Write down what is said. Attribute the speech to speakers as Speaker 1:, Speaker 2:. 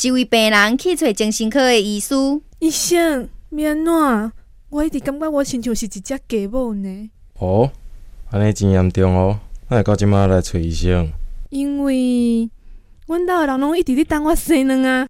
Speaker 1: 一位病人去找精神科的医师，
Speaker 2: 医生，要安怎？我一直感觉我亲像是一只鸡母呢，
Speaker 3: 哦，安尼真严重哦，咱会到即马来找医生。
Speaker 2: 因为阮兜的人拢一直伫等我生卵啊，